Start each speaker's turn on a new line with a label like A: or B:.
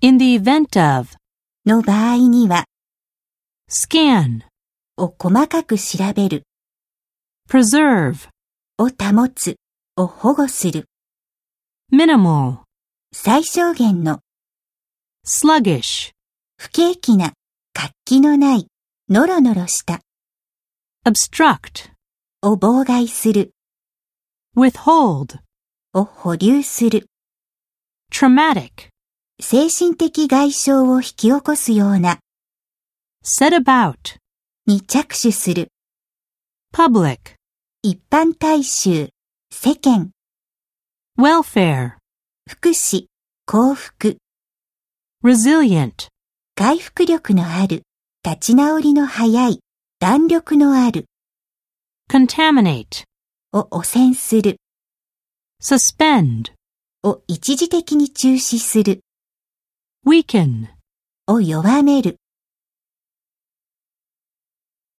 A: In the event of
B: の場合には
A: scan,
B: を細かく調べる
A: preserve,
B: を保つを保護する
A: minimal,
B: 最小限の
A: sluggish,
B: 不景気な活気のないノロノロした
A: obstruct,
B: を妨害する
A: withhold,
B: を保留する
A: traumatic,
B: 精神的外傷を引き起こすような
A: set about,
B: に着手する
A: public,
B: 一般大衆世間
A: welfare,
B: 福祉幸福
A: resilient,
B: 回復力のある立ち直りの早い弾力のある
A: contaminate,
B: を汚染する
A: suspend,
B: を一時的に中止する
A: weaken.
B: を弱める